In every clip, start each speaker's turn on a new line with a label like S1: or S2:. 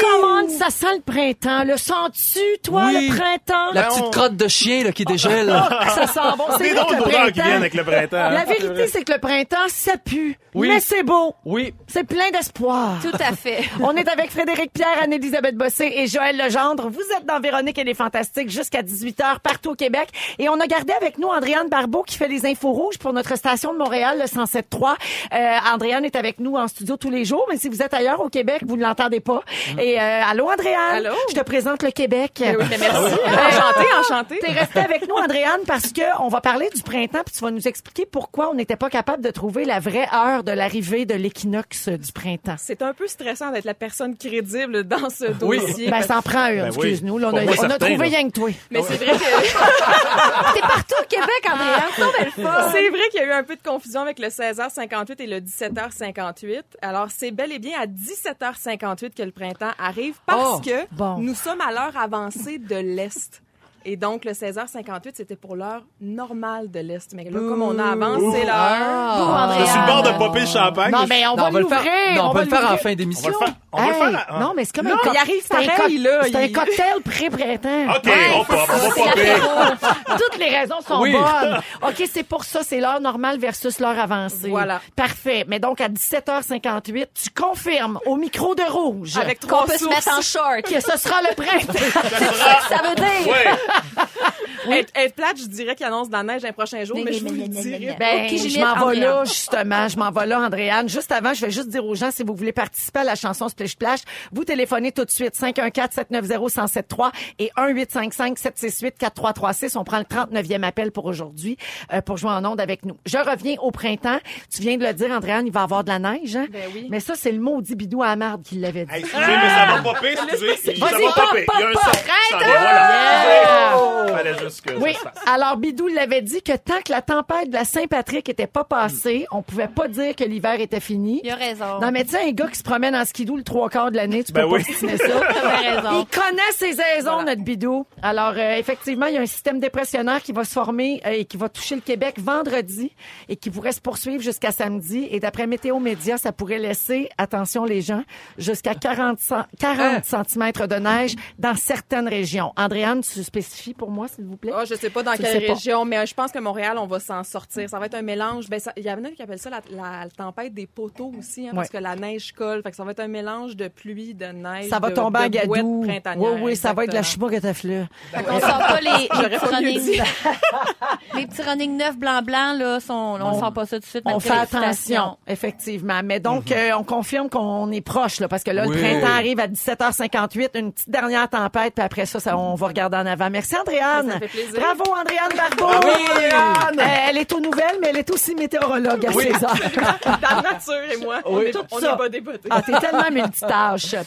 S1: Comment ça sent le printemps? Le sens-tu, toi,
S2: Oui.
S1: le printemps?
S3: Ben,
S4: Ben,
S2: La petite crotte de chien là, qui dégèle. là.
S1: Ça sent bon. C'est
S3: Des
S1: vrai
S3: drôles
S1: que le
S3: d'odeurs qui
S1: printemps-
S3: viennent avec le printemps. hein.
S1: La vérité, c'est que le printemps, ça pue.
S2: Oui.
S1: Mais c'est beau.
S2: oui.
S1: C'est plein d'espoir.
S5: Tout à fait.
S1: On est avec Frédéric Pierre, Anne-Elisabeth Bossé et Joël Legendre. Vous êtes dans Véronique et les Fantastiques jusqu'à 18h partout au Québec. Et on a gardé avec nous Andréane Barbeau qui fait les infos rouges pour notre station de Montréal, le 107.3. Euh, Andréane est avec nous en studio tous les jours, mais si vous êtes ailleurs au Québec, vous ne l'entendez pas. Et euh, allô, Andréane.
S5: Mm. Allô.
S1: Je te présente le Québec.
S6: Ah
S5: merci.
S1: Enchantée,
S5: enchantée, enchantée.
S1: Ah T'es restée avec nous, Andréane, parce que on va parler du printemps, puis tu vas nous expliquer pourquoi on n'était pas capable de trouver la vraie heure de l'arrivée de l'équinoxe du printemps.
S6: C'est un peu stressant d'être la personne crédible dans ce
S2: Oui.
S6: dossier.
S1: Ben, ça en prend une,
S3: Ben oui.
S1: excuse-nous. Là, on, a,
S3: Pour moi,
S1: on a
S3: certain,
S1: trouvé
S3: là.
S1: rien que toi.
S6: Mais c'est vrai que
S5: T'es partout au Québec, Andréane. Ça, belle fun.
S6: c'est vrai qu'il y a eu un peu de confusion avec le 16h58 et le 17h58. Alors c'est bel et bien à 17h58 que le printemps arrive parce
S2: Oh,
S6: que
S1: bon.
S6: nous sommes à l'heure avancée de l'est. Et donc le 16h58 c'était pour l'heure normale de l'est. Mais là comme on avance, c'est
S2: Ah.
S7: Ah.
S6: l'heure.
S3: Je suis le bord de popper le champagne.
S1: Euh, Non, mais on
S2: Non,
S1: va
S2: le
S1: l'ouvrir.
S2: faire, non, on va le faire en fin
S3: On va
S2: d'émission.
S3: le faire. On va le
S1: Hey,
S3: faire. hein?
S1: Non, mais c'est comme
S6: Non,
S1: un cocktail.
S6: il arrive
S1: c'est un
S6: pareil, là,
S1: C'est un
S6: il-
S1: cocktail pré-printemps.
S3: OK, on pop, on va popper.
S1: Toutes les raisons sont
S2: Oui.
S1: bonnes. OK, c'est pour ça, c'est l'heure normale versus l'heure avancée.
S6: Voilà.
S1: Parfait. Mais donc, à 17h58, tu confirmes au micro de rouge
S6: Avec
S5: Qu'on
S6: trois
S5: peut se
S6: sources. Ah!
S5: mettre en short.
S1: que ce sera le printemps.
S5: Ça veut dire.
S3: Ouais.
S6: Être, être plate, je dirais qu'il annonce de la neige un prochain jour, mais je vous le dirai.
S1: Ben,
S5: Ok,
S1: je
S5: Juliette,
S1: m'en vais là,
S5: Andréane.
S1: justement. Je m'en vais là, Andréane. Juste avant, je vais juste dire aux gens, si vous voulez participer à la chanson Splish Splash, vous téléphonez tout de suite 514-790-1073 et 1-855-768-4336. On prend le 39e appel pour aujourd'hui euh, pour jouer en onde avec nous. Je reviens au printemps. Tu viens de le dire, Andréane, il va avoir de la neige. Hein?
S6: Ben oui.
S1: Mais ça, c'est le maudit bidou à la marde qui l'avait dit.
S3: Hey, excusez, mais ça va popper, excusez. Ça
S1: Vas-y,
S3: va
S1: pop,
S3: popper. Il y a un
S1: pop,
S3: son.
S1: pop.
S3: Ça va, voilà.
S1: Yeah.
S3: Excusez. Fallait juste que
S1: Oui,
S3: ça se fasse.
S1: alors Bidou l'avait dit que tant que la tempête de la Saint-Patrick était pas passée, on pouvait pas dire que l'hiver était fini.
S5: Il a raison.
S1: Non, mais tu sais, un gars qui se promène en skidou le trois quarts de l'année, tu
S3: Ben
S1: peux
S3: oui.
S1: pas dessiner ça.
S5: T'avais
S1: Il
S5: raison.
S1: connaît ses saisons, notre bidou. Alors, euh, effectivement, il y a un système dépressionnaire qui va se former euh, et qui va toucher le Québec vendredi et qui pourrait se poursuivre jusqu'à samedi. Et d'après Météo Média, ça pourrait laisser, attention les gens, jusqu'à 40, cen-
S3: Hein?
S1: 40 cm de neige dans certaines régions. Andréane, tu spécifies pour moi, s'il vous plaît?
S6: Ah, je sais pas dans
S1: Je
S6: quelle
S1: sais pas.
S6: région, mais euh, je pense que Montréal, on va s'en sortir. Ça va être un mélange. Ben, ça- il y en a qui appellent ça la, la- la tempête des poteaux aussi, hein, parce
S1: Ouais.
S6: que la neige colle. Fait que ça va être un mélange de pluie, de neige.
S1: Ça va
S6: de-
S1: tomber
S6: de
S1: à gadou.
S6: bouettes
S1: Oui,
S6: printanières,
S1: oui, ça va être de la
S6: exactement.
S1: chouba fleur.
S5: Fait qu'on sent pas les, les
S6: J'aurais
S5: petits
S6: pas mieux dit.
S5: running. les petits running neufs blanc-blanc, là, sont, on sent pas ça tout de suite.
S1: On
S5: malgré
S1: fait
S5: les
S1: attention,
S5: citations.
S1: effectivement. Mais donc, euh, on confirme qu'on est proche, là, parce que là,
S2: Oui.
S1: le printemps arrive à 17h58, une petite dernière tempête, puis après ça, ça, on va regarder en avant. Merci, Andréane.
S6: Ça fait plaisir. Ah
S1: Bravo, Andréane Barbeau. Euh, elle est aux nouvelles, mais elle est aussi météorologue à 16 heures.
S6: Dans la nature et moi, on est-
S1: Tout
S6: on
S1: ça.
S6: n'est pas débotés.
S1: Ah, t'es tellement multitâche. Euh,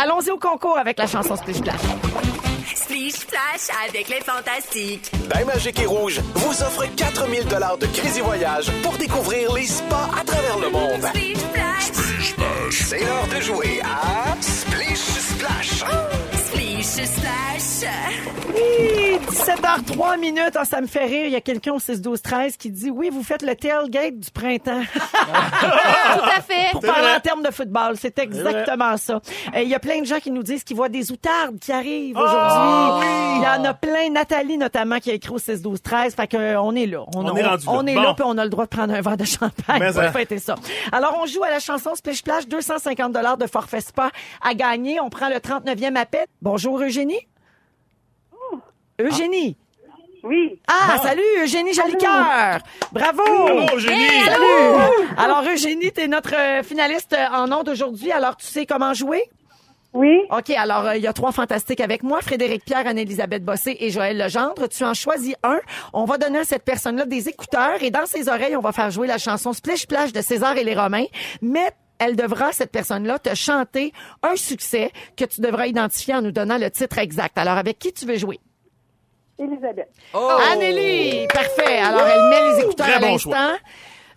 S1: allons-y au concours avec la chanson Splish Splash.
S8: Splish Splash avec les fantastiques.
S9: Bain Magique et Rouge vous offre 4000 dollars de crédit voyage pour découvrir les spas à travers le monde.
S8: Splish Splash.
S9: C'est l'heure de jouer à Splish Splash.
S8: Splish Splash.
S1: 17h03 minutes, Ah, ça me fait rire. Il y a quelqu'un au 6-12-13 qui dit Oui, vous faites le tailgate du printemps.
S5: Tout à fait.
S1: Pour parler en termes de football, c'est exactement ça. Euh, Il y a plein de gens qui nous disent qu'ils voient des outardes qui arrivent
S3: Ah,
S1: aujourd'hui. Il y en a plein. Nathalie, notamment, qui a écrit au 6-12-13. Fait qu'on est là.
S3: On est rendu là.
S1: On est
S3: Bon.
S1: là, puis on a le droit de prendre un verre de champagne
S3: Mais hein.
S1: pour
S3: ça.
S1: fêter ça. Alors, on joue à la chanson Splish Splash. 250 de forfait spa à gagner. On prend le 39e appel. Bonjour, Eugénie. Eugénie. Oui. Ah, salut, Eugénie Jolicoeur. Bravo.
S3: Bravo, Eugénie.
S1: Salut! Alors, Eugénie, t'es notre euh, finaliste euh, en ondes aujourd'hui. Alors, tu sais comment jouer? Oui. OK, alors, euh, il y a trois fantastiques avec moi. Frédéric Pierre, Anne-Elisabeth Bossé et Joël Legendre. Tu en choisis un. On va donner à cette personne-là des écouteurs et dans ses oreilles, on va faire jouer la chanson Splish Splash de César et les Romains. Mais elle devra, cette personne-là, te chanter un succès que tu devras identifier en nous donnant le titre exact. Alors, avec qui tu veux jouer? Annélie, parfait. Alors, elle met les écouteurs
S3: Oh! Très
S1: à
S3: bon
S1: l'instant.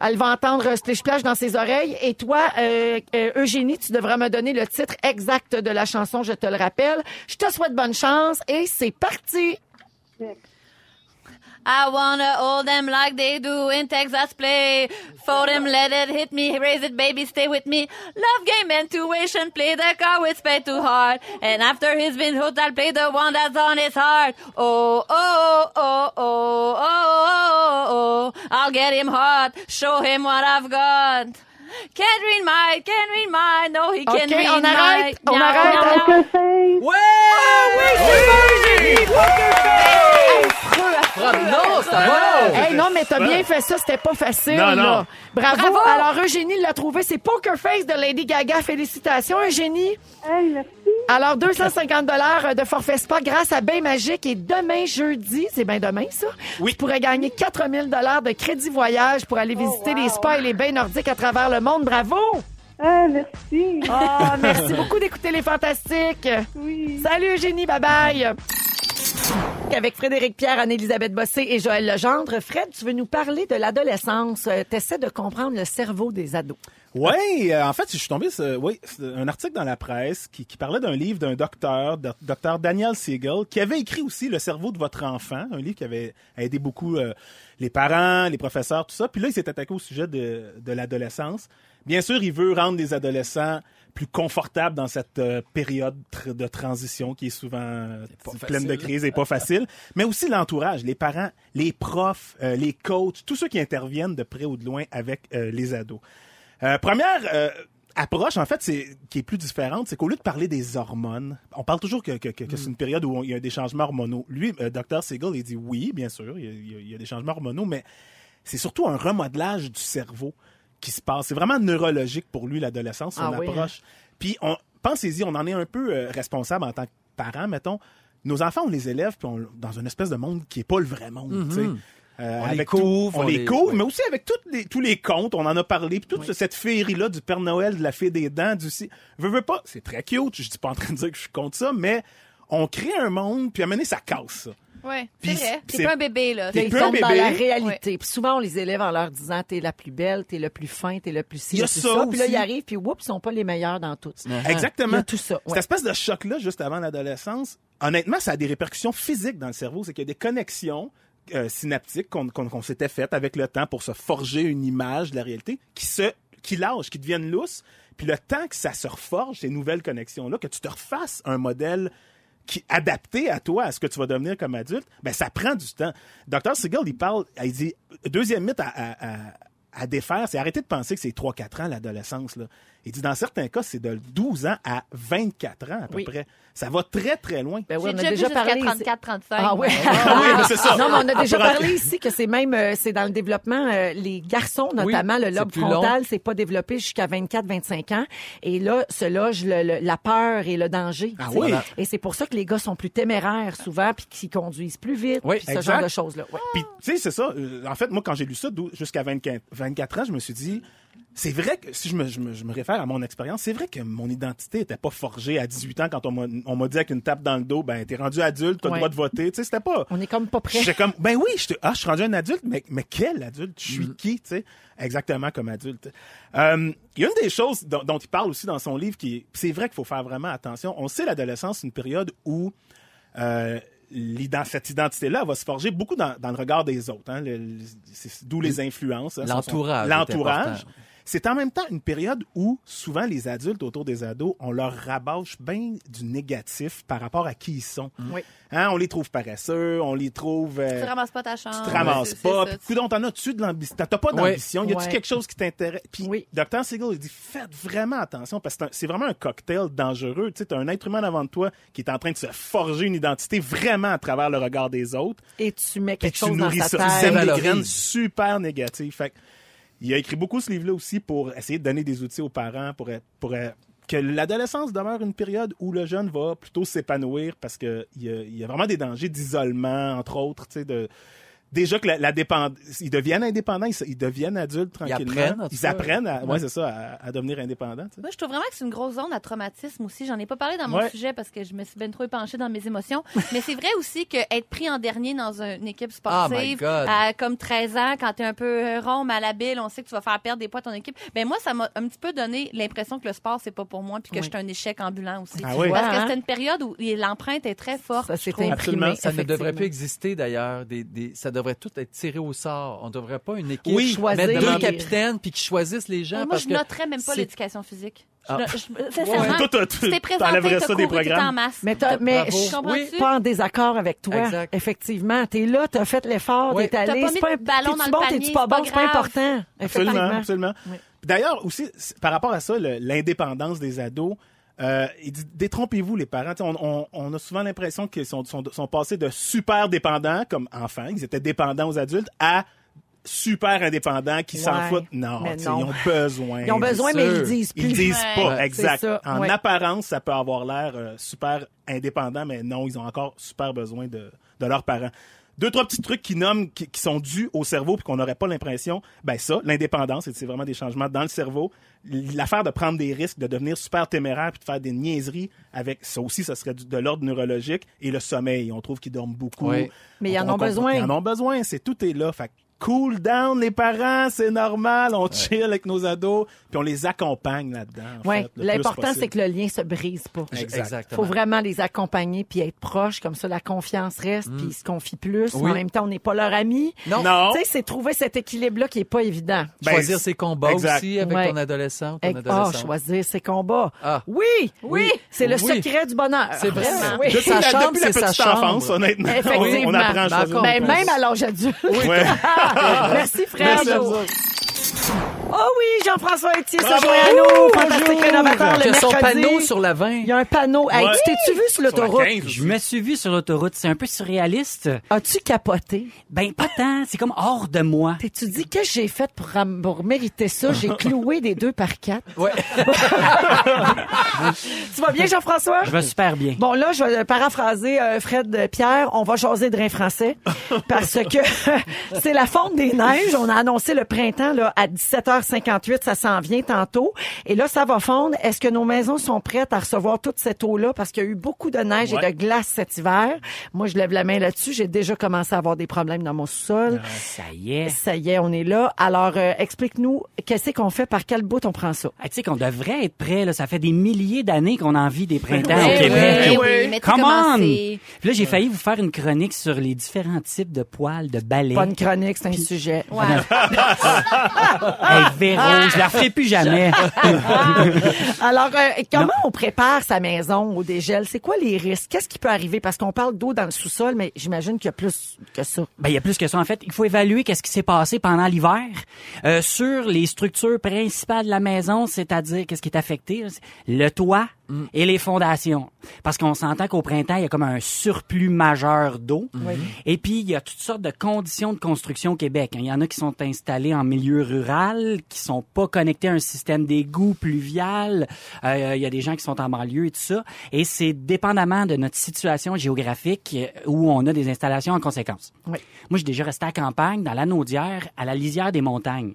S1: Elle va entendre euh, Splish Splash dans ses oreilles. Et toi, euh, euh, Eugénie, tu devras me donner le titre exact de la chanson, je te le rappelle. Je te souhaite bonne chance et c'est parti!
S5: I wanna hold them like they do in Texas play. For them, let it hit me, raise it, baby, stay with me. Love game, intuition, play the card with spade too hard. And after he's been hooked, I'll play the one that's on his heart. Oh, oh, oh, oh, oh, oh, oh, oh. I'll get him hot, show him what I've got. Can't read mine, can't read mine, no, he
S1: OK,
S5: can't read
S1: on
S5: mine.
S1: arrête, on
S5: Miaou,
S1: arrête.
S5: miaou, miaou.
S2: Ouais! oui, c'est Non, ça va!
S1: Hey, non, mais t'as bien fait ça, c'était pas facile.
S3: Non, non.
S1: là. Bravo. Alors, Eugénie l'a trouvé. C'est Poker Face de Lady Gaga. Félicitations, Eugénie. Alors, 250 euh, de forfait spa grâce à Bain Magique. Et demain, jeudi, c'est bien demain, ça?
S3: Oui.
S1: Tu pourrais gagner 4000 de crédit voyage pour aller visiter les spas et les bains nordiques à travers le monde. Bravo! Ah, merci. merci beaucoup d'écouter les Fantastiques. Salut, Eugénie. Bye-bye. Avec Frédéric Pierre, Anne-Élisabeth Bossé et Joël Legendre. Fred, tu veux nous parler de l'adolescence. Euh, T'essaies de comprendre le cerveau des ados.
S4: Oui, euh, en fait, je suis tombé sur oui, c'est un article dans la presse qui, qui parlait d'un livre d'un docteur, do- docteur Daniel Siegel, qui avait écrit aussi Le cerveau de votre enfant, un livre qui avait aidé beaucoup euh, les parents, les professeurs, tout ça. Puis là, il s'est attaqué au sujet de, de l'adolescence. Bien sûr, il veut rendre les adolescents plus confortables dans cette euh, période tr- de transition qui est souvent euh,
S2: pas
S4: pleine de
S2: facile.
S4: crise et pas facile, mais aussi l'entourage, les parents, les profs, euh, les coachs, tous ceux qui interviennent de près ou de loin avec euh, les ados. Euh, première euh, approche, en fait, c'est qui est plus différente, c'est qu'au lieu de parler des hormones, on parle toujours que, que- que- que c'est une période où on- il y a des changements hormonaux. Lui, euh, Dr. Siegel, il dit oui, bien sûr, il y a- il y a- il y a des changements hormonaux, mais c'est surtout un remodelage du cerveau qui se passe. C'est vraiment neurologique pour lui, l'adolescence, son
S1: Ah oui,
S4: approche. Puis, on, pensez-y, on en est un peu euh, responsable en tant que parents, mettons. Nos enfants, on les élève puis on- dans une espèce de monde qui est pas le vrai monde. tu sais.
S1: Mhm.
S4: Euh,
S2: On les
S4: avec tout-
S2: couvre,
S4: on,
S2: on
S4: les
S2: les-
S4: couvre,
S2: ouais.
S4: mais aussi avec toutes les, tous les contes, on en a parlé, puis toute ce- cette féerie-là du Père Noël, de la fée des dents, du si. Veux, veux pas, c'est très cute, je suis pas en train de dire que je suis contre ça, mais on crée un monde, puis à un moment donné, ça casse. ça.
S5: Ouais, c'est
S4: Puis
S5: vrai.
S4: c'est-
S5: C'est pas un bébé, là.
S4: T'es
S1: Ils
S4: peu
S1: tombent dans
S4: bébé.
S1: la réalité. Puis souvent, on les élève en leur disant « t'es la plus belle, t'es le plus fin, t'es le plus ci,
S4: Il y a
S1: le plus
S4: ça
S1: Puis là,
S4: aussi.
S1: ils arrivent, puis whoops, ils sont pas les meilleurs dans tout. Hein. Il
S4: Exactement.
S1: y a tout ça. ouais.
S4: Cette espèce de choc-là, juste avant l'adolescence, honnêtement, ça a des répercussions physiques dans le cerveau. C'est qu'il y a des connexions euh, synaptiques qu'on qu'on- qu'on s'était faites avec le temps pour se forger une image de la réalité qui se qui lâchent, qui deviennent lousses. Puis le temps que ça se reforge, ces nouvelles connexions-là, que tu te refasses un modèle qui adapté à toi, à ce que tu vas devenir comme adulte, ben ça prend du temps. Dr. Siegel, il parle, il dit, deuxième mythe à, à- à- à défaire, c'est arrêter de penser que c'est 3-4 ans l'adolescence. là. Il dit, dans certains cas, c'est de 12 ans à 24 ans à peu
S1: Oui.
S4: près. Ça va très, très loin.
S1: Ben oui, on
S5: J'ai
S1: a
S5: déjà vu
S1: déjà
S5: jusqu'à
S1: parlé.
S5: 34, 35.
S1: Ah ouais.
S4: Ah oui, mais c'est ça.
S1: Non, mais on a déjà
S4: peut
S1: parlé ici que c'est même euh, c'est dans le développement euh, les garçons notamment le
S2: c'est
S1: lobe
S2: plus
S1: frontal c'est pas développé jusqu'à 24 25 ans et là se loge le- le- la peur et le danger.
S4: Ah
S1: tu sais.
S4: oui.
S1: Et c'est pour ça que les gars sont plus téméraires souvent puis qu'ils conduisent plus vite
S2: Oui,
S1: puis ce
S4: exact.
S1: genre de choses là. Ouais.
S4: Puis, tu sais, c'est ça. Euh, En fait, moi, quand j'ai lu ça, d'où- jusqu'à 25 24 ans, je me suis dit, c'est vrai que, si je me, je me- je me réfère à mon expérience, c'est vrai que mon identité était pas forgée à 18 ans quand on m'a- on m'a dit avec une tape dans le dos, ben, t'es rendu adulte, t'as
S1: Ouais.
S4: le droit de voter. Tu sais, c'était pas.
S1: On est comme pas prêt.
S4: J'étais comme, ben oui, j'étais- ah, je suis rendu un adulte, mais, mais quel adulte? Je
S1: Mm.
S4: suis qui, tu sais? Exactement comme adulte. Euh, Il y a une des choses dont, dont il parle aussi dans son livre qui est- c'est vrai qu'il faut faire vraiment attention. On sait l'adolescence, c'est une période où euh, l'ident- cette identité-là elle va se forger beaucoup dans, dans le regard des autres, hein, le- le- c'est- d'où les influences. hein, sont- sont-
S2: L'entourage est
S4: L'entourage.
S2: important.
S4: C'est en même temps une période où souvent les adultes autour des ados, on leur rabâche bien du négatif par rapport à qui ils sont.
S1: Oui.
S4: Hein, on les trouve paresseux, on les trouve... euh,
S5: Tu te ramasses pas ta chance.
S4: tu te ramasses
S5: C'est-
S4: pas.
S5: c'est
S4: Puis,
S5: ça.
S4: coudonc, t'en as-tu de l'ambition? T'as t'as pas d'ambition? Y a-tu
S1: Ouais.
S4: quelque chose qui t'intéresse? Puis,
S1: Oui.
S4: Dr. Siegel, il dit, faites vraiment attention parce que c'est un- c'est vraiment un cocktail dangereux. Tu sais, t'as un être humain devant toi qui est en train de se forger une identité vraiment à travers le regard des autres.
S1: Et tu mets
S4: Puis
S1: quelque
S4: tu
S1: chose dans
S4: nourris
S1: ta
S4: ça. Tu
S1: tête.
S4: sèmes des
S2: Valorise.
S4: graines super négatives. Fait que, il a écrit beaucoup ce livre-là aussi pour essayer de donner des outils aux parents pour, être- pour euh, que l'adolescence demeure une période où le jeune va plutôt s'épanouir parce que il y, a, il y a vraiment des dangers d'isolement, entre autres, tu sais, de déjà que la, la dépend- ils deviennent indépendants, ils, se- ils deviennent adultes tranquillement.
S7: apprennent, en tout
S4: Ils
S7: cas.
S4: apprennent, à, ouais,
S7: Ouais.
S4: c'est ça, à, à devenir indépendants. tu sais.
S5: Moi, je trouve vraiment que c'est une grosse zone à traumatisme aussi. J'en ai pas parlé dans mon
S4: Ouais.
S5: sujet parce que je me suis ben trop épanchée dans mes émotions. Mais c'est vrai aussi que être pris en dernier dans un- une équipe
S7: Oh my
S5: sportive
S7: God.
S5: à comme 13 ans, quand t'es un peu euh, rond, malhabile, on sait que tu vas faire perdre des poids à ton équipe. Ben moi, ça m'a un petit peu donné l'impression que le sport, c'est pas pour moi puis que
S1: Oui.
S5: j'étais un échec ambulant aussi.
S4: Ah
S1: Ouais,
S4: oui.
S5: Parce que
S1: hein?
S5: c'était une période où l'empreinte est très forte.
S1: Ça
S5: je
S1: s'est
S5: trouve.
S4: Absolument.
S1: imprimé.
S7: Ça ne devrait plus
S1: effectivement.
S7: exister d'ailleurs. Des, des- ça devrait tout être tiré au sort. On ne devrait pas une équipe
S4: Oui,
S1: choisir.
S7: mettre deux
S1: Demander.
S7: capitaines puis qu'ils choisissent les gens.
S5: Moi,
S7: parce
S5: je
S7: que
S5: noterais même pas
S7: c'est-
S5: l'éducation physique. Je
S7: Ah.
S5: no- je- sincèrement,
S4: Toi, t'as- tu-
S5: c'était
S4: t'enlèverais
S5: présenté,
S4: ça
S5: t'as
S4: des
S5: couru tout
S4: programmes.
S5: en masse.
S1: Mais, t'as- mais
S7: Bravo.
S1: je suis
S5: Comprends-tu?
S1: pas en désaccord avec toi.
S7: Exact.
S1: Effectivement, t'es là, t'as fait l'effort,
S7: Oui.
S1: t'es
S5: T'as
S1: allé.
S5: pas
S1: C'est
S5: mis
S1: pas un
S5: de ballon dans
S1: t'es-tu
S5: le
S1: bon,
S5: panier,
S1: t'es-tu
S5: c'est
S1: pas bon,
S5: pas
S1: c'est pas
S5: grave.
S1: important.
S4: Absolument,
S1: Effectivement.
S4: absolument.
S1: Oui.
S4: Puis D'ailleurs, aussi, c'est- par rapport à ça, le- l'indépendance des ados, euh, il dit, détrompez-vous les parents. Tu sais, On, on- on a souvent l'impression qu'ils sont, sont, sont passés de super dépendants comme enfants, ils étaient dépendants aux adultes, à super indépendants qui s'en
S1: Ouais,
S4: foutent. Non,
S1: mais
S4: tu sais,
S1: non.
S4: ils ont besoin.
S1: Ils ont besoin, mais ils
S7: sûr.
S1: disent plus.
S4: Ils disent pas,
S7: Ouais.
S4: exact.
S1: C'est ça,
S4: en
S1: ouais.
S4: apparence, ça peut avoir l'air euh, super indépendant, mais non, ils ont encore super besoin de, de leurs parents. Deux, trois petits trucs qui nomment, qui, qui sont dus au cerveau puis qu'on n'aurait pas l'impression. Ben ça, l'indépendance, c'est vraiment des changements dans le cerveau. L'affaire de prendre des risques, de devenir super téméraire puis de faire des niaiseries avec, ça aussi, ça serait du- de l'ordre neurologique. Et le sommeil, on trouve qu'ils dorment beaucoup.
S7: Oui.
S1: Mais ils en
S4: On-
S1: ont
S4: on comprend-
S1: besoin.
S4: Ils en ont besoin, c'est tout est là. Fait que cool down les parents, c'est normal, on chill avec nos ados, puis on les accompagne là-dedans. en
S1: Ouais.
S4: fait, le plus
S1: L'important,
S4: possible.
S1: c'est que le lien se brise pas.
S4: Exact.
S1: faut vraiment les accompagner puis être proche comme ça la confiance reste puis ils se confient plus
S7: Oui.
S1: en même temps on n'est pas leur ami
S7: Non.
S4: Mm. Non.
S1: tu sais c'est trouver cet équilibre là qui est pas évident
S4: Ben,
S7: choisir ses combats
S4: exact.
S7: aussi avec
S1: Ouais.
S7: ton adolescent ou ton
S1: Eh, Ah,
S7: adolescente.
S1: choisir ses combats
S7: Ah.
S1: oui oui c'est le
S7: Oui.
S1: secret du bonheur
S7: C'est vrai.
S1: Vraiment.
S7: Oui.
S4: Depuis
S7: Sa
S4: la,
S7: chambre,
S4: depuis la
S7: c'est sa
S4: petite
S7: chambre.
S4: enfance, honnêtement, on-
S1: Effectivement.
S4: on, apprend à
S7: Ben,
S4: choisir.
S7: encore.
S1: Ben, même à l'âge adulte
S4: Ouais.
S1: merci frère
S4: Merci à vous autres.
S1: oh oui Jean-François Etier se
S4: Bravo.
S1: joint à nous
S4: Ouh,
S1: fantastique
S4: bonjour.
S1: rénovateur le
S7: Que son
S1: mercredi.
S7: panneau sur la
S1: il
S7: 20.
S1: y a un panneau Hey,
S4: Ouais.
S1: tu t'es-tu vu sur
S3: Sur la
S1: l'autoroute
S3: 15
S10: Je
S3: aussi.
S10: me suis vu sur l'autoroute. C'est un peu surréaliste.
S1: as-tu capoté
S10: Ben, pas tant. C'est comme hors de moi.
S1: T'es-tu dit, qu'est-ce que j'ai fait pour, am- pour mériter ça? J'ai cloué des deux par quatre.
S7: Ouais.
S1: Tu vas bien, Jean-François?
S10: Je vais super bien.
S1: Bon, là, je vais paraphraser euh, Fred euh, Pierre. On va jaser de rein français parce que c'est la fonte des neiges. On a annoncé le printemps là, à 17h58. Ça s'en vient tantôt. Et là, ça va fondre. Est-ce que nos maisons sont prêtes à recevoir toute cette eau-là? Parce qu'il y a eu beaucoup de neige et
S4: Ouais.
S1: de glace cet hiver. Moi, je lève la main là-dessus. J'ai déjà commencé à avoir des problèmes dans mon sous-sol.
S10: Ah, Ça y est.
S1: Ça y est, on est là. Alors, euh, explique-nous, qu'est-ce qu'on fait? Par quel bout on prend ça?
S10: Ah, tu sais qu'on devrait être prêt. Là. Ça fait des milliers d'années qu'on en vit des printemps
S5: Ben
S10: au
S5: oui,
S10: Québec.
S5: ben oui, mais tu sais
S10: Come
S5: comment
S10: on!
S5: c'est-
S10: Puis là, j'ai failli vous faire une chronique sur les différents types de poils de balai.
S1: Pas une chronique, c'est un sujet.
S5: Ouais. Ah!
S10: Hey, Véro, je la ferai plus jamais.
S1: Alors, euh, comment on prépare sa maison au dégel? C'est quoi les risques? Qu'est-ce qui peut arriver? Parce qu'on parle d'eau dans le sous-sol, mais j'imagine qu'il y a plus que ça.
S10: Ben, il y a plus que ça. En fait, il faut évaluer qu'est-ce qui s'est passé pendant l'hiver euh, sur les structures principales de la maison, c'est-à-dire qu'est-ce qui est affecté, là, c'est le toit et les fondations. Parce qu'on s'entend qu'au printemps, il y a comme un surplus majeur d'eau. Et puis, il y a toutes sortes de conditions de construction au Québec. hein. Il y en a qui sont installés en milieu rural, qui sont pas connectés à un système d'égout pluvial. Euh, il y a des gens qui sont en banlieue et tout ça. Et c'est dépendamment de notre situation géographique euh, où on a des installations en conséquence.
S1: Oui.
S10: Moi, j'ai déjà resté à campagne, dans la Naudière, à la lisière des montagnes.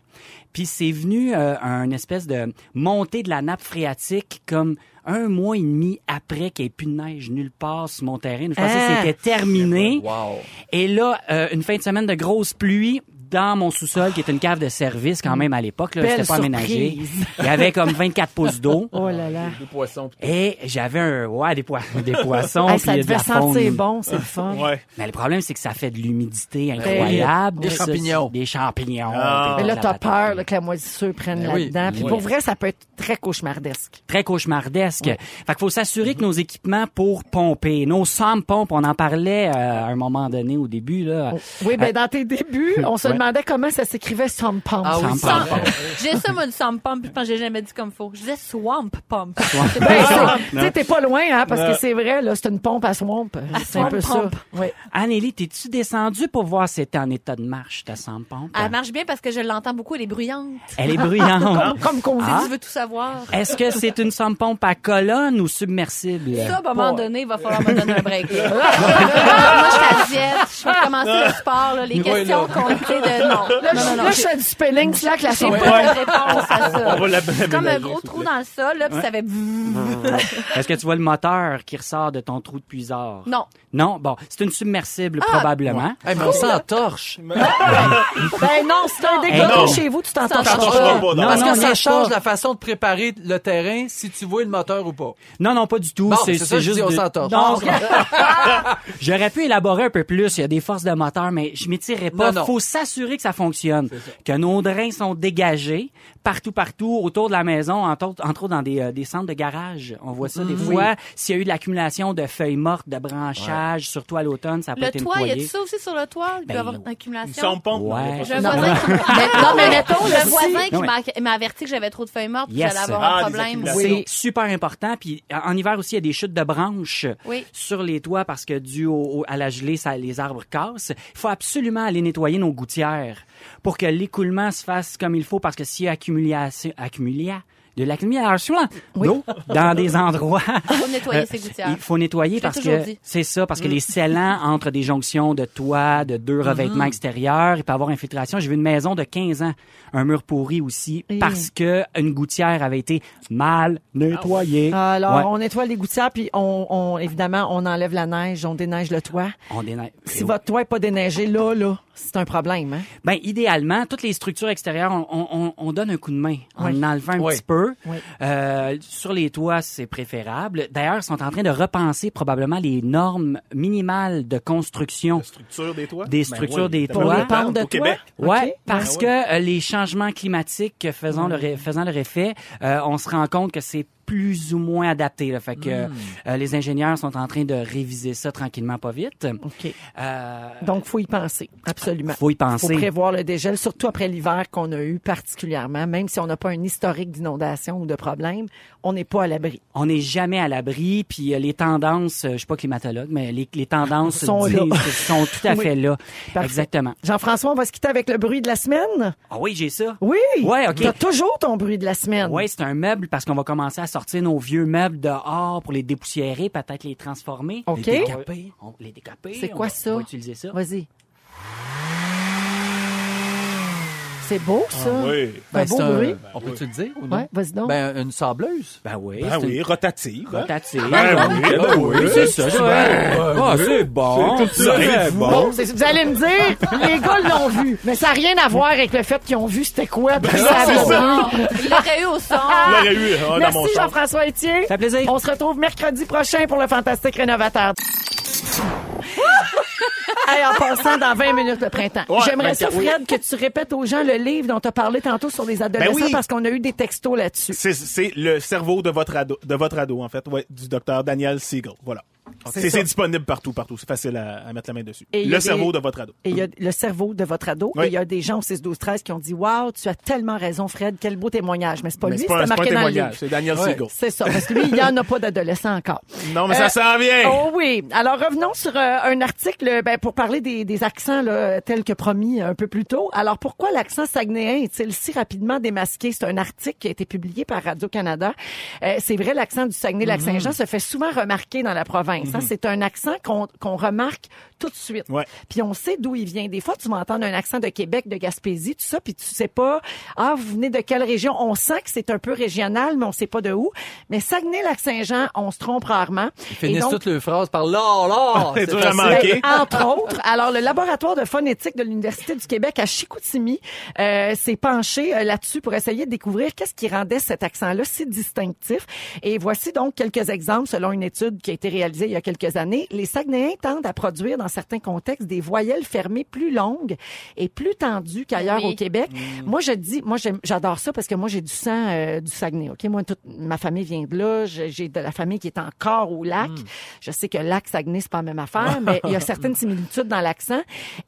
S10: Puis c'est venu euh, une espèce de montée de la nappe phréatique comme un mois et demi après qu'il n'y ait plus de neige nulle part sur mon terrain. Je pensais
S1: Ah!
S10: que c'était terminé.
S7: Wow.
S10: Et là, euh, une fin de semaine de grosse pluie dans mon sous-sol, qui est une cave de service quand même à l'époque. là,
S1: Belle
S10: C'était pas aménagé.
S1: surprise.
S10: Il y avait comme 24 pouces d'eau.
S1: Oh là là.
S7: Des poissons. pis-
S10: Et j'avais un... Ouais, des, poissons, des poissons.
S1: Hey,
S10: puis il
S1: ça
S10: y a de
S1: devait
S10: la faune.
S1: sentir bon, c'est le fun.
S4: Ouais.
S10: Mais le problème, c'est que ça fait de l'humidité incroyable.
S7: Ben Des
S10: Ça,
S7: champignons.
S10: Des champignons.
S4: Ah.
S1: Mais
S10: Puis
S1: là,
S10: la
S1: t'as
S10: patate.
S1: peur là, que la moisissure prenne
S7: Ben oui.
S1: là-dedans. Puis
S7: Oui.
S1: pour vrai, ça peut être très cauchemardesque.
S10: Très cauchemardesque. Fait qu'il faut s'assurer que nos équipements pour pomper, nos sam pompes, on en parlait euh, à un moment donné au début, là.
S1: Oui, ben dans tes débuts, on se demandait comment ça s'écrivait Some Pump.
S7: Ah oui,
S10: Sans
S7: ça.
S10: peur.
S5: J'ai ça, moi, du swamp pump, puis je pense que j'ai jamais dit comme faut. Je disais swamp pump.
S1: Ben, ça, tu sais, t'es pas loin, hein, parce que c'est vrai, là, c'est une pompe à swamp. C'est un
S5: swamp
S1: peu
S5: pump.
S1: ça. Ouais.
S10: Anneli, t'es-tu descendue pour voir si t'es en état de marche, ta sam pompe?
S1: Ah,
S5: Elle marche bien parce que je l'entends beaucoup, elle est bruyante.
S10: Elle est bruyante.
S1: Comme qu'on dit.
S10: Ah.
S5: Si tu veux tout savoir.
S10: Est-ce que c'est une somme pompe à colonne ou submersible?
S5: Ben, Ça, à un moment donné, il va falloir me donner un break. Moi, je suis à diète, je je vais recommencer le sport, là, les
S1: Oui,
S5: questions
S1: là.
S5: compliquées de non.
S1: Là,
S5: non,
S1: je-
S5: non, non,
S1: là,
S5: j'ai-
S1: je fais du spelling slack la
S5: j'ai
S1: chanson.
S5: pas de réponse à ça.
S10: On va la-
S5: C'est comme un
S10: mélanger,
S5: gros
S10: s'il vous
S5: trou
S10: plaît.
S5: dans le sol, là, puis
S10: Ouais.
S5: ça fait...
S10: Est-ce que tu vois le moteur qui ressort de ton trou de puisard?
S5: Non.
S10: Non? Bon, c'est une submersible,
S5: Ah!
S10: probablement.
S7: Eh, mais on
S10: Cool.
S7: s'entorche.
S1: Ben non, c'est un
S10: Eh non.
S1: dégoût chez vous, tu t'entends
S10: Ça change
S1: pas.
S10: pas, non.
S7: Parce
S10: Non,
S7: que ça
S10: laisse
S7: change
S10: pas.
S7: la façon de préparer le terrain si tu vois le moteur ou pas.
S10: Non, non, pas du tout.
S7: Bon,
S10: c'est
S7: c'est ça,
S10: c'est
S7: je
S10: juste.
S7: dis, on
S10: de-
S7: s'entorche.
S10: Non,
S7: On
S10: c'est- J'aurais pu élaborer un peu plus. Il y a des forces de moteur, mais je m'étirerai pas.
S7: Non, non.
S10: faut s'assurer que ça fonctionne, que nos drains sont dégagés partout, partout, autour de la maison, entre autres, entre autres dans des, euh, des centres de garage. On voit ça des
S5: Mhm.
S10: fois. S'il y a eu de l'accumulation de feuilles mortes, de branchages, surtout à l'automne, ça a pas
S5: Le
S10: été
S5: toit, il y a
S10: nettoyé.
S5: tout ça aussi sur le toit? Il peut y
S10: Ben,
S5: avoir une accumulation?
S10: Ouais.
S5: J'ai un voisin qui Mais- non, mais mettons, le voisin qui
S10: Non, mais-
S5: m'a- m'a averti que j'avais trop de feuilles mortes, puis
S10: Yes.
S5: j'allais
S4: Ah,
S5: avoir un problème.
S10: C'est super important. Puis en en hiver aussi, il y a des chutes de branches
S5: Oui.
S10: sur les toits parce que dû au- au- à la gelée, ça, les arbres cassent. Il faut absolument aller nettoyer nos gouttières pour que l'écoulement se fasse comme il faut parce que s'il y a accumulation, accumulia, de l'accumulation d'eau dans des endroits,
S5: Faut nettoyer
S10: euh,
S5: ses gouttières.
S10: Il faut nettoyer
S5: Je l'ai
S10: parce
S5: toujours
S10: que
S5: dit.
S10: c'est ça, parce que
S5: Mm. Mm-hmm.
S10: les scellants entre des jonctions de toit, de deux revêtements extérieurs, il peut y avoir infiltration. J'ai vu une maison de 15 ans, un mur pourri aussi,
S1: Et-
S10: parce que une gouttière avait été mal nettoyée.
S5: Ah,
S1: Alors,
S10: Ouais.
S1: on nettoie les gouttières, puis on, on- évidemment, on enlève la neige, on déneige le toit.
S10: on déneige.
S1: Si votre toit n'est pas déneigé, là, là, c'est un problème. Hein?
S10: Ben, idéalement, toutes les structures extérieures, on, on- on donne un coup de main en
S1: Oui.
S10: enlevant un
S1: Oui.
S10: petit peu.
S1: Oui.
S10: Euh, sur les toits, c'est préférable. D'ailleurs, ils sont en train de repenser probablement les normes minimales de construction.
S4: Structure des toits?
S10: Des
S4: Ben
S10: structures
S4: oui,
S10: des
S4: évidemment.
S10: toits.
S4: Pour les pentes de Au Québec. toits?
S10: Ouais,
S4: Ok.
S10: parce
S4: Ben
S10: que euh, les changements climatiques euh, faisant, leur, e- faisant leur effet, euh, on se rend compte que c'est plus ou moins adapté. Là. Fait que
S1: Mm.
S10: euh, les ingénieurs sont en train de réviser ça tranquillement, pas vite.
S1: OK.
S10: Euh,
S1: Donc, faut y penser, absolument.
S10: Faut y penser.
S1: faut prévoir le dégel, surtout après l'hiver qu'on a eu particulièrement. Même si on n'a pas un historique d'inondation ou de problème, on n'est pas à l'abri.
S10: on n'est jamais à l'abri, puis euh, les tendances, euh, je suis pas climatologue, mais les, les tendances
S1: Sont là.
S10: disent- sont tout à
S1: Oui.
S10: fait là.
S1: Parfait.
S10: Exactement.
S1: Jean-François, on va se quitter avec le bruit de la semaine.
S10: Ah oui, j'ai ça.
S1: Oui.
S10: Ouais, ok.
S1: T'as toujours ton bruit de la semaine.
S10: Oui, c'est un meuble parce qu'on va commencer à sortir nos vieux meubles dehors pour les dépoussiérer, peut-être les transformer.
S1: OK.
S10: Les décaper. On- les décaper.
S1: C'est
S10: on
S1: quoi
S10: va-
S1: ça?
S10: On va utiliser ça.
S1: Vas-y. C'est beau, ça.
S4: Ah
S7: Ben,
S1: Un
S7: c'est
S1: beau
S7: un-
S1: bruit.
S7: On peut-tu le dire? ou non?
S1: Ouais, vas-y donc.
S7: Ben, une sableuse. Ah,
S10: Ben oui.
S4: Ben oui, rotative. hein?
S10: Rotative.
S4: Ben oui, ben oui.
S10: C'est ça.
S4: Ben,
S10: Ben,
S4: ben
S10: ah,
S4: oui.
S10: c'est bon.
S4: C'est tout ça,
S10: C'est
S4: c'est
S10: bon.
S1: Bon, c'est- vous allez me dire, les gars l'ont vu, mais ça n'a rien à voir avec le fait qu'ils ont vu c'était quoi.
S4: Ben
S1: puis
S5: non,
S1: Ah, ça a
S5: c'est
S1: donné.
S5: ça. Il l'aurait eu au son.
S1: Ah!
S4: Il l'aurait eu, ah, dans
S1: Merci
S4: mon sens.
S1: Jean-François Etier.
S10: Ça fait plaisir.
S1: On se retrouve mercredi prochain pour le Fantastique Rénovateur. Hey, en passant dans 20 minutes le printemps.
S4: Ouais,
S1: J'aimerais ça,
S4: 24, oui. Ben
S1: Fred, que tu répètes aux gens le livre dont tu as parlé tantôt sur les adolescents
S4: oui.
S1: parce qu'on a eu des textos là-dessus.
S4: C'est- C'est le cerveau de votre ado, de votre ado en fait, ouais, du docteur Daniel Siegel. Voilà.
S1: C'est
S4: C'est
S1: ça.
S4: c'est disponible partout, partout. C'est facile à, à mettre la main dessus.
S1: Et il y a
S4: le
S1: des-
S4: cerveau de votre ado.
S1: Et il y a le cerveau de votre ado.
S4: Mm. Oui.
S1: Et il y a des gens au 6, 12, 13 qui ont dit Waouh, tu as tellement raison, Fred, quel beau témoignage. Mais c'est pas
S4: Mais
S1: lui,
S4: c'est
S1: c'était
S4: pas, c'est pas un
S1: marqué dans le livre.
S4: témoignage, c'est Daniel
S1: Ouais.
S4: Siegel.
S1: C'est ça, parce que lui, il n'y en a pas d'adolescent encore.
S4: Non, mais ça s'en vient.
S1: Oh oui. Alors, revenons sur euh, un article ben, pour parler des, des accents là, tels que promis euh, un peu plus tôt. Alors, pourquoi l'accent saguenéen est-il si rapidement démasqué? C'est un article qui a été publié par Radio-Canada. Euh, c'est vrai, l'accent du Saguenay-Lac-Saint-Jean se fait souvent remarquer dans la province. hein. C'est un accent qu'on qu'on remarque tout de suite.
S4: Ouais.
S1: Puis on sait d'où il vient. Des fois, tu vas entendre un accent de Québec, de Gaspésie, tout ça, puis tu sais pas, ah, vous venez de quelle région? On sent que c'est un peu régional, mais on sait pas de où. Mais Saguenay-Lac-Saint-Jean, on se trompe rarement.
S7: Ils
S1: Et
S7: finissent
S1: donc-
S7: toutes leurs phrases par là, là.
S4: C'est dur à
S7: facile.
S4: manquer.
S1: ben, entre autres. Alors, le laboratoire de phonétique de l'Université du Québec à Chicoutimi euh, s'est penché euh, là-dessus pour essayer de découvrir qu'est-ce qui rendait cet accent-là si distinctif. Et voici donc quelques exemples selon une étude qui a été réalisée il y a quelques années. Les Saguenayens tendent à produire, dans certains contextes, des voyelles fermées plus longues et plus tendues qu'ailleurs
S5: Oui.
S1: au Québec.
S7: Mm.
S1: Moi, je dis, moi, j'aime- j'adore ça parce que moi, j'ai du sang euh, du Saguenay. Ok, moi, toute ma famille vient de là. J'ai j'ai de la famille qui est encore au lac.
S7: Mm.
S1: Je sais que lac Saguenay, c'est pas la même affaire, mais il y a certaines similitudes dans l'accent.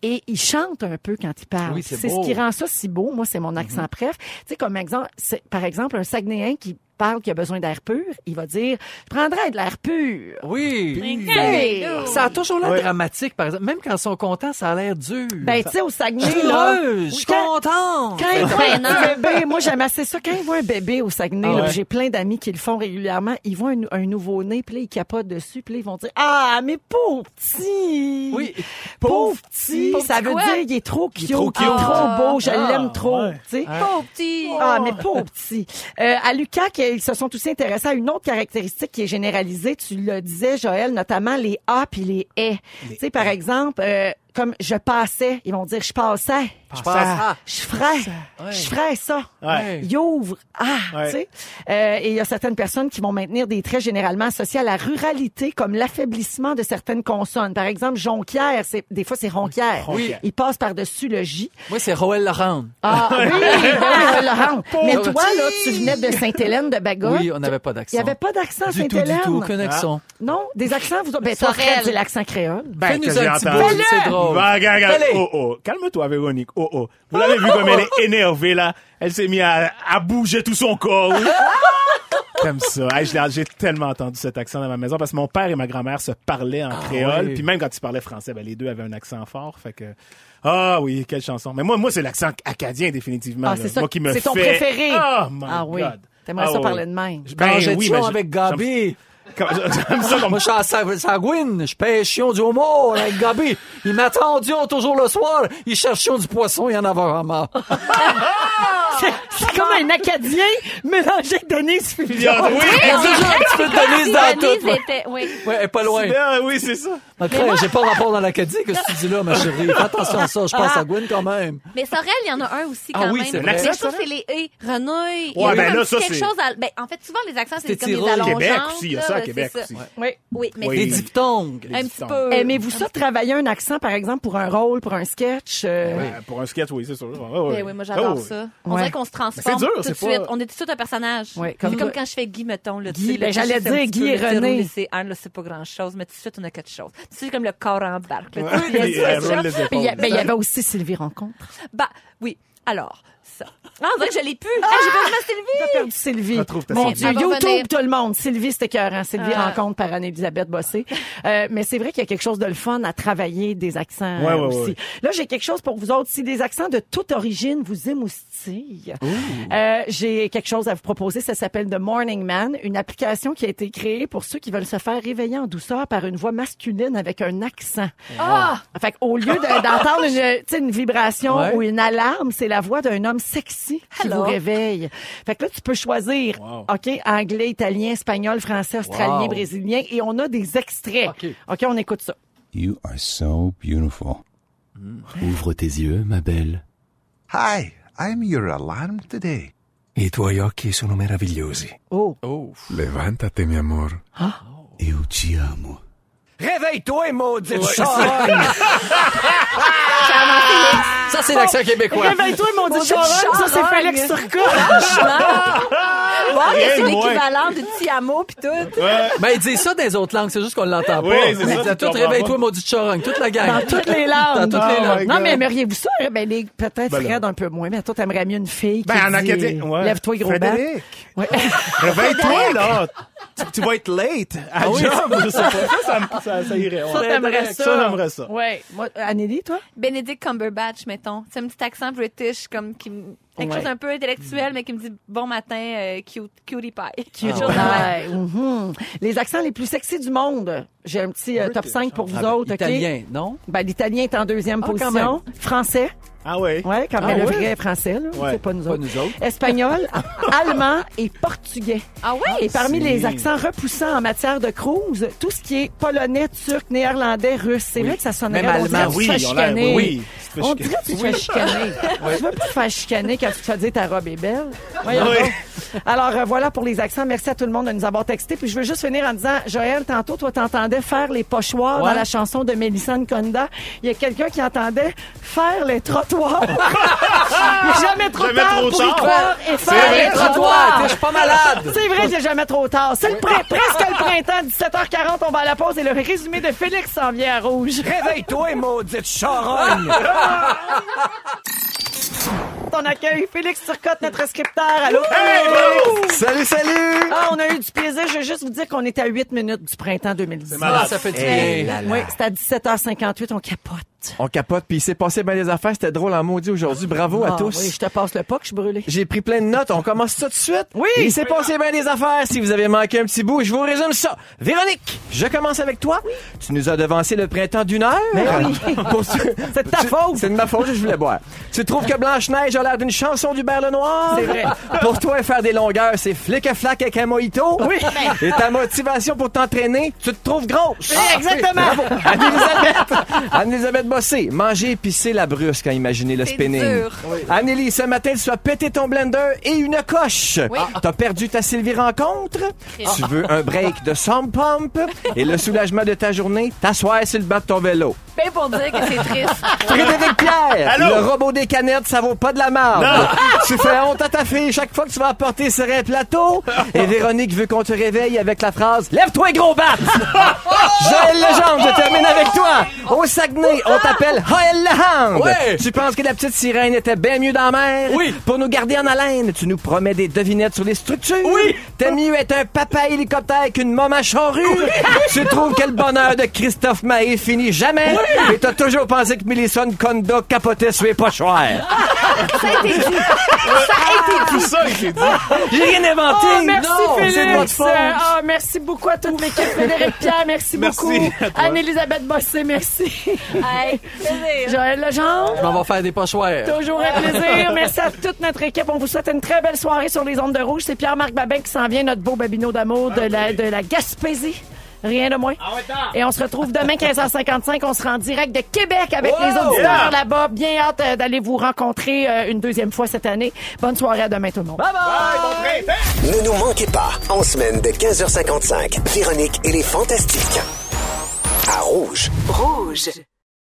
S1: Et ils chantent un peu quand ils parlent.
S7: Oui, c'est
S1: c'est ce
S7: beau. Mm-hmm.
S1: qui rend ça si beau. Moi, c'est mon accent préf. Tu sais, comme exemple, c'est- par exemple, un Saguenayen qui parle qu'il a besoin d'air pur, il va dire Je prendrais de l'air pur.
S7: Oui.
S1: Hey,
S7: Ça a toujours l'air
S1: Ouais.
S7: dramatique, par exemple. Même quand ils sont contents, ça a l'air dur.
S1: Ben, tu sais, au Saguenay,
S7: Je
S1: là.
S7: suis heureuse, je suis
S1: Quand-
S7: contente.
S1: Quand ils voient un petit bébé, moi, j'aime assez ça. Quand ils voient un bébé au Saguenay,
S7: Ah
S1: là,
S7: ouais.
S1: j'ai plein d'amis qui le font régulièrement, ils voient un, un nouveau-né, puis là, ils capotent dessus, puis là, ils vont dire Ah, mais pauvre petit!
S7: Oui.
S1: Pauvre petit!
S7: Pauvre
S1: Ça
S7: petit
S1: veut
S7: quoi?
S1: dire, il est trop cute,
S7: Il
S1: il
S7: est
S1: est trop,
S7: trop cute.
S1: beau, je
S7: Ah,
S1: l'aime trop.
S7: ouais.
S1: tu sais.
S7: Ouais.
S5: Pauvre petit!
S1: Ah, mais pauvre petit. Euh, à Lucas, que- ils se sont aussi intéressés à une autre caractéristique qui est généralisée. Tu le disais, Joël, notamment les A puis les E. Tu sais, par exemple, euh, comme je passais, ils vont dire je passais.
S2: Je passais.
S1: Je ferais.
S2: Ouais.
S1: Je ferais ça.
S2: Ouais.
S1: Ils ouvrent. Ah,
S2: Ouais.
S1: tu sais. Euh, et il y a certaines personnes qui vont maintenir des traits généralement associés à la ruralité, comme l'affaiblissement de certaines consonnes. Par exemple, jonquière, c'est, des fois, c'est ronquière.
S7: Oui.
S1: Ils passent par-dessus le J.
S7: Moi, c'est Roel Laurent.
S1: Ah oui, ben oui, on va le rendre.
S7: Pauvre
S1: Mais toi,
S7: petit.
S1: là, tu venais de Sainte-Hélène de Bagotte.
S7: Oui, on n'avait pas d'accent.
S1: Ah Il n'y avait pas d'accent à
S7: Du tout, du
S1: Sainte-Hélène.
S7: tout, aucun accent.
S1: Non, des accents, vous ben, toi,
S5: Sorel.
S1: Fred, c'est l'accent créole.
S4: Ben, que
S7: Fais-nous
S4: j'ai
S7: un petit
S4: entendu.
S7: bout, c'est drôle.
S4: Ben, regarde, regarde.
S7: Allez.
S4: Oh, oh. Calme-toi, Véronique. Oh, oh. Vous l'avez vu comme elle est énervée, là. Elle s'est mise à, à bouger tout son corps. comme ça. Hey, je l'ai- j'ai tellement entendu cet accent dans ma maison parce que mon père et ma grand-mère se parlaient en créole.
S7: oui.
S4: Puis même quand ils parlaient français, ben, les deux avaient un accent fort. Fait que, ah oui, quelle chanson. Mais moi, moi, c'est l'accent acadien, définitivement.
S1: Ah,
S4: là.
S1: c'est ça.
S4: Moi qui me
S1: c'est ton
S4: fait-
S1: préféré.
S4: Oh, my
S1: ah oui.
S4: God.
S1: T'aimerais
S4: Ah,
S1: ça
S4: oui.
S1: parler de même.
S4: Ben
S7: Mangeais-tu
S4: oui, mais je-
S7: avec Gabi.
S4: J'aime ça comme-
S7: Moi, je suis à Sa- Sagouine, je pêche chion du homo avec Gabi. Ils m'attendions toujours le soir, ils cherchaient du poisson, il y en avait vraiment.
S1: C'est- C'est comme un Acadien mélangé avec Denise Fillon.
S7: Oui, toujours un petit peu de Denise dans tout. moi.
S5: était... Oui.
S7: Ouais, elle est pas loin.
S4: Ah, oui, c'est ça.
S7: Après, j'ai pas rapport dans l'Acadie, que ce que tu dis là, ma chérie. Fais attention à ça, je pense à Gwen quand même.
S5: Mais Sorel, il y en a un aussi
S7: Ah
S5: quand
S7: oui,
S5: même.
S7: c'est vrai.
S5: mais
S7: L'accent,
S5: ça, c'est les E, Renouille. Il y a
S4: Ouais,
S5: eu
S4: ben
S5: un
S4: là,
S5: petit
S4: ça,
S5: quelque
S4: c'est-
S5: chose à- ben, en fait, souvent les accents c'est
S7: C'était
S5: comme des
S7: tiré.
S5: allongeantes.
S4: Québec aussi, il y a ça à
S5: là,
S4: Québec
S5: c'est
S4: aussi.
S1: Oui.
S5: Oui, mais
S4: Oui.
S7: Les
S4: Et-
S7: diphtongues.
S5: c'est un petit
S4: diphtongues.
S5: peu.
S1: Aimez-vous ça, travailler un accent, par exemple, pour un rôle, pour un sketch? euh,
S4: Ben, Pour un sketch, oui, c'est sûr. Ouais, ouais.
S5: Ben oui, moi j'adore
S4: Oh, oui.
S5: ça. On
S1: Ouais.
S5: dirait qu'on se transforme
S4: Mais c'est dur,
S5: tout de
S4: c'est pas-
S5: suite. On est tout de suite un personnage.
S1: Ouais, comme
S5: c'est comme
S1: toi.
S5: quand je fais Guy, mettons. Là, tu
S1: Guy,
S5: sais,
S1: ben,
S5: le
S1: j'allais
S5: cachet, c'est un
S1: dire
S5: petit
S1: Guy
S5: peu,
S1: et
S5: le tiro,
S1: René.
S5: le CR, là, c'est pas grand-chose, mais tout de suite, on a quelque chose. Tu sais, comme le corps en barque. là, tu sais,
S4: Oui,
S5: il y a
S4: elle
S5: ça.
S4: roule les euh,
S1: Puis il y, a-
S4: épaules.
S1: ben, il y avait aussi Sylvie Rencontre.
S5: Bah, oui. Alors, ça. Ah, on dirait que je l'ai plus. Ah, j'ai perdu ma Sylvie.
S1: perdu Sylvie.
S4: Retrouve ta
S1: Mon
S4: Sylvie.
S1: Dieu,
S5: Elle va
S1: YouTube,
S5: revenir.
S1: tout le monde. Sylvie, c'était écœurant. Sylvie
S5: Ah.
S1: rencontre par Anne-Elisabeth Bossé. Euh, mais c'est vrai qu'il y a quelque chose de le fun à travailler des accents
S4: Ouais,
S1: euh,
S4: ouais,
S1: aussi.
S4: ouais.
S1: Là, j'ai quelque chose pour vous autres. Si des accents de toute origine vous émoustillent, euh, j'ai quelque chose à vous proposer. Ça s'appelle The Morning Man, une application qui a été créée pour ceux qui veulent se faire réveiller en douceur par une voix masculine avec un accent.
S5: Ah!
S1: Fait qu'au lieu de- d'entendre une, tu sais, une vibration
S7: Ouais.
S1: ou une alarme, c'est la voix d'un homme sexy qui
S5: Hello.
S1: vous réveille. Fait que là, tu peux choisir,
S4: Wow.
S1: OK, anglais, italien, espagnol, français, australien,
S7: Wow.
S1: brésilien, et on a des extraits.
S7: OK.
S1: OK, on écoute ça.
S11: You are so beautiful. Hmm. Ouvre tes yeux, ma belle.
S12: Hi, I'm your alarm today.
S11: I tuoi occhi sono meravigliosi. Ah.
S1: Oh.
S7: Oh.
S12: Levantate, mi amor.
S11: Io ti amo.
S7: Réveille-toi, maudite charogne! Ça, c'est l'accent québécois.
S1: Réveille-toi, mon
S5: Mon
S1: Dieu,
S5: Dieu,
S1: Charonne, ça c'est
S5: Charonne.
S1: Félix Turcotte.
S5: Bon, mais c'est
S4: Rien de moins.
S5: l'équivalent du Tiamo pis tout.
S4: Ouais.
S7: Mais ils disent Ben, ça dans les autres langues, c'est juste qu'on l'entend pas.
S4: Oui, c'est ça,
S7: Ils
S4: tu
S7: disent à tout
S4: comprends
S7: réveille-toi,
S4: pas.
S7: maudite charogne, toute la gang.
S1: Dans toutes les langues.
S7: Dans toutes les
S4: Oh
S7: langues.
S4: my
S1: Non,
S4: God.
S1: mais aimeriez-vous ça? Eh Ben, les- peut-être
S4: Ben là.
S1: Fred un peu moins, mais toi, t'aimerais mieux une fille qui
S4: Ben, en
S1: dit,
S4: acadien. ouais.
S1: Lève-toi, gros bac.
S4: Frédéric,
S1: Ouais.
S4: Réveille-toi, là. Tu, tu vas être late à job. Je sais pas. Ça, ça, me- ça, ça irait. ouais.
S1: Ça, t'aimerais ça.
S4: Ça, j'aimerais ça.
S1: Ouais. Moi, Anneli, toi?
S5: Benedict Cumberbatch, mettons. C'est un petit accent british, comme qui me- quelque
S1: Ouais.
S5: chose un peu intellectuel, mais qui me dit bon matin, euh, cute, cutie pie. Quelque chose de même.
S1: Ouais, mhm. Les accents les plus sexy du monde. J'ai un petit euh, top 5
S4: hein.
S1: pour vous
S7: Ah, ben,
S1: autres. ok?
S7: Italien, non?
S1: Ben, L'italien est en deuxième
S7: Ah, quand
S1: position. Français.
S4: Ah ouais.
S1: Ouais, quand même,
S7: Ah,
S1: le
S7: ouais?
S1: vrai français, là.
S4: Ouais.
S1: C'est pas nous
S7: Pas
S1: autres.
S7: nous autres.
S1: Espagnol, allemand et portugais.
S5: Ah ouais?
S1: Et parmi
S4: si.
S1: les accents repoussants en matière de cruise, tout ce qui est polonais, turc, néerlandais, russe, c'est vrai que ça sonnerait
S7: Même
S1: on dirait
S7: allemand,
S1: que tu
S4: Ah oui,
S1: te fais
S4: ils ont l'air-
S1: chicaner.
S4: oui, tu te fais
S1: On
S4: chicaner.
S1: dirait que tu te fais chicaner. Tu veux plus te faire chicaner quand tu te fais dire ta robe est belle. Voyons
S4: Oui.
S1: donc. Alors euh, voilà pour les accents. Merci à tout le monde de nous avoir texté. Puis je veux juste finir en disant, Joël, tantôt, toi, t'entendais faire les pochoirs
S7: Ouais.
S1: dans la chanson de Mélissande Conda. Il y a quelqu'un qui entendait faire les trottoirs. Il est jamais trop
S4: Jamais
S1: tard
S4: trop
S1: pour y
S4: tard.
S1: croire et
S7: C'est
S1: faire les trottoirs.
S7: je suis pas malade.
S1: C'est vrai, j'ai jamais trop tard. C'est le prin- presque le printemps, 17h40, on va à la pause et le résumé de Félix s'en vient à rouge.
S7: Réveille-toi, maudite charogne.
S1: on accueille Félix Turcotte, notre scripteur. Allô?
S2: Hey,
S1: Félix!
S13: Salut, salut!
S1: Ah, on a eu du plaisir. Je veux juste vous dire qu'on est à 8 minutes du printemps 2019.
S13: C'est malade. Ah, ça fait du bien.
S1: Hey,
S13: là, là.
S1: Oui, c'est à 17h58, on capote.
S13: On capote, puis il s'est passé bien des affaires. C'était drôle en maudit aujourd'hui. Bravo à
S1: Ah
S13: tous.
S1: oui, je te passe le pas que je suis brûlé.
S13: J'ai pris plein de notes. On commence ça tout de suite.
S1: Oui.
S13: Il s'est passé bien des affaires. Si vous avez manqué un petit bout, je vous résume ça. Véronique, je commence avec toi. Tu nous as devancé le printemps d'une heure.
S2: Mais oui.
S13: Pour ce-
S1: C'est de ta faute.
S13: C'est de ma faute, je voulais boire. Tu trouves que Blanche-Neige a l'air d'une chanson d'Hubert Lenoir?
S2: C'est vrai.
S13: Pour toi, faire des longueurs, c'est flic à flac avec un mojito.
S2: Oui.
S13: Et ta motivation pour t'entraîner, tu te trouves grosse.
S2: Oui, exactement.
S13: Bravo. Anne-Elisabeth, Anne-Elisabeth Bossé, manger pisser la brusque à imaginer le
S2: C'est
S13: spinning.
S2: dur. Oui.
S13: Anneli, ce matin, tu as pété ton blender et une coche. Ah.
S2: Oui.
S13: T'as perdu ta Sylvie Rencontre.
S2: Chris.
S13: Tu veux un break de Some Pump. Et le soulagement de ta journée, t'asseoir sur le bas de ton vélo.
S5: Bien pour dire que c'est triste.
S13: Frédéric Pierre,
S2: Allô?
S13: le robot des canettes, ça vaut pas de la marde.
S2: Non.
S13: tu fais honte à ta fille chaque fois que tu vas apporter sur un plateau. Et Véronique veut qu'on te réveille avec la phrase Lève-toi, gros bat! Joël Legendre, je termine avec toi. Au Saguenay, on t'appelle Joël Legendre.
S2: Ah! Ouais.
S13: Tu penses que la petite sirène était bien mieux dans la mer? Oui. Pour nous garder en haleine, tu nous promets des devinettes sur les structures. Oui. T'aimes mieux être un papa hélicoptère qu'une maman charrue. Tu trouves que le bonheur de Christophe Maé finit jamais.
S2: Oui.
S13: Et t'as toujours pensé que Millicent Kondo capotait sur les pochoirs.
S2: Ah! Ça a été dit. Ça a été dit. ça a été dit.
S13: J'ai rien inventé.
S1: Oh, merci
S13: Non,
S1: Félix.
S13: c'est de votre faute.
S1: Ah, merci beaucoup à toute l'équipe. Frédéric Pierre, merci,
S13: Merci
S1: beaucoup.
S13: à toi.
S1: Anne-Elisabeth Bossé, merci. Joël Legendre.
S7: Je m'en vais faire des pochoirs.
S1: Toujours un plaisir. Merci à toute notre équipe. On vous souhaite une très belle soirée sur les ondes de rouge. C'est Pierre-Marc Babin qui s'en vient, notre beau babino d'amour de la, de la Gaspésie. Rien de moins.
S13: Ah
S1: Et on se retrouve demain 15h55. On sera en direct de Québec avec
S2: Wow!
S1: les auditeurs
S2: Yeah!
S1: là-bas. Bien hâte euh, d'aller vous rencontrer euh, une deuxième fois cette année. Bonne soirée à demain tout le monde.
S9: Ne nous manquez pas, en semaine de 15h55, Véronique et les Fantastiques. À Rouge. Rouge.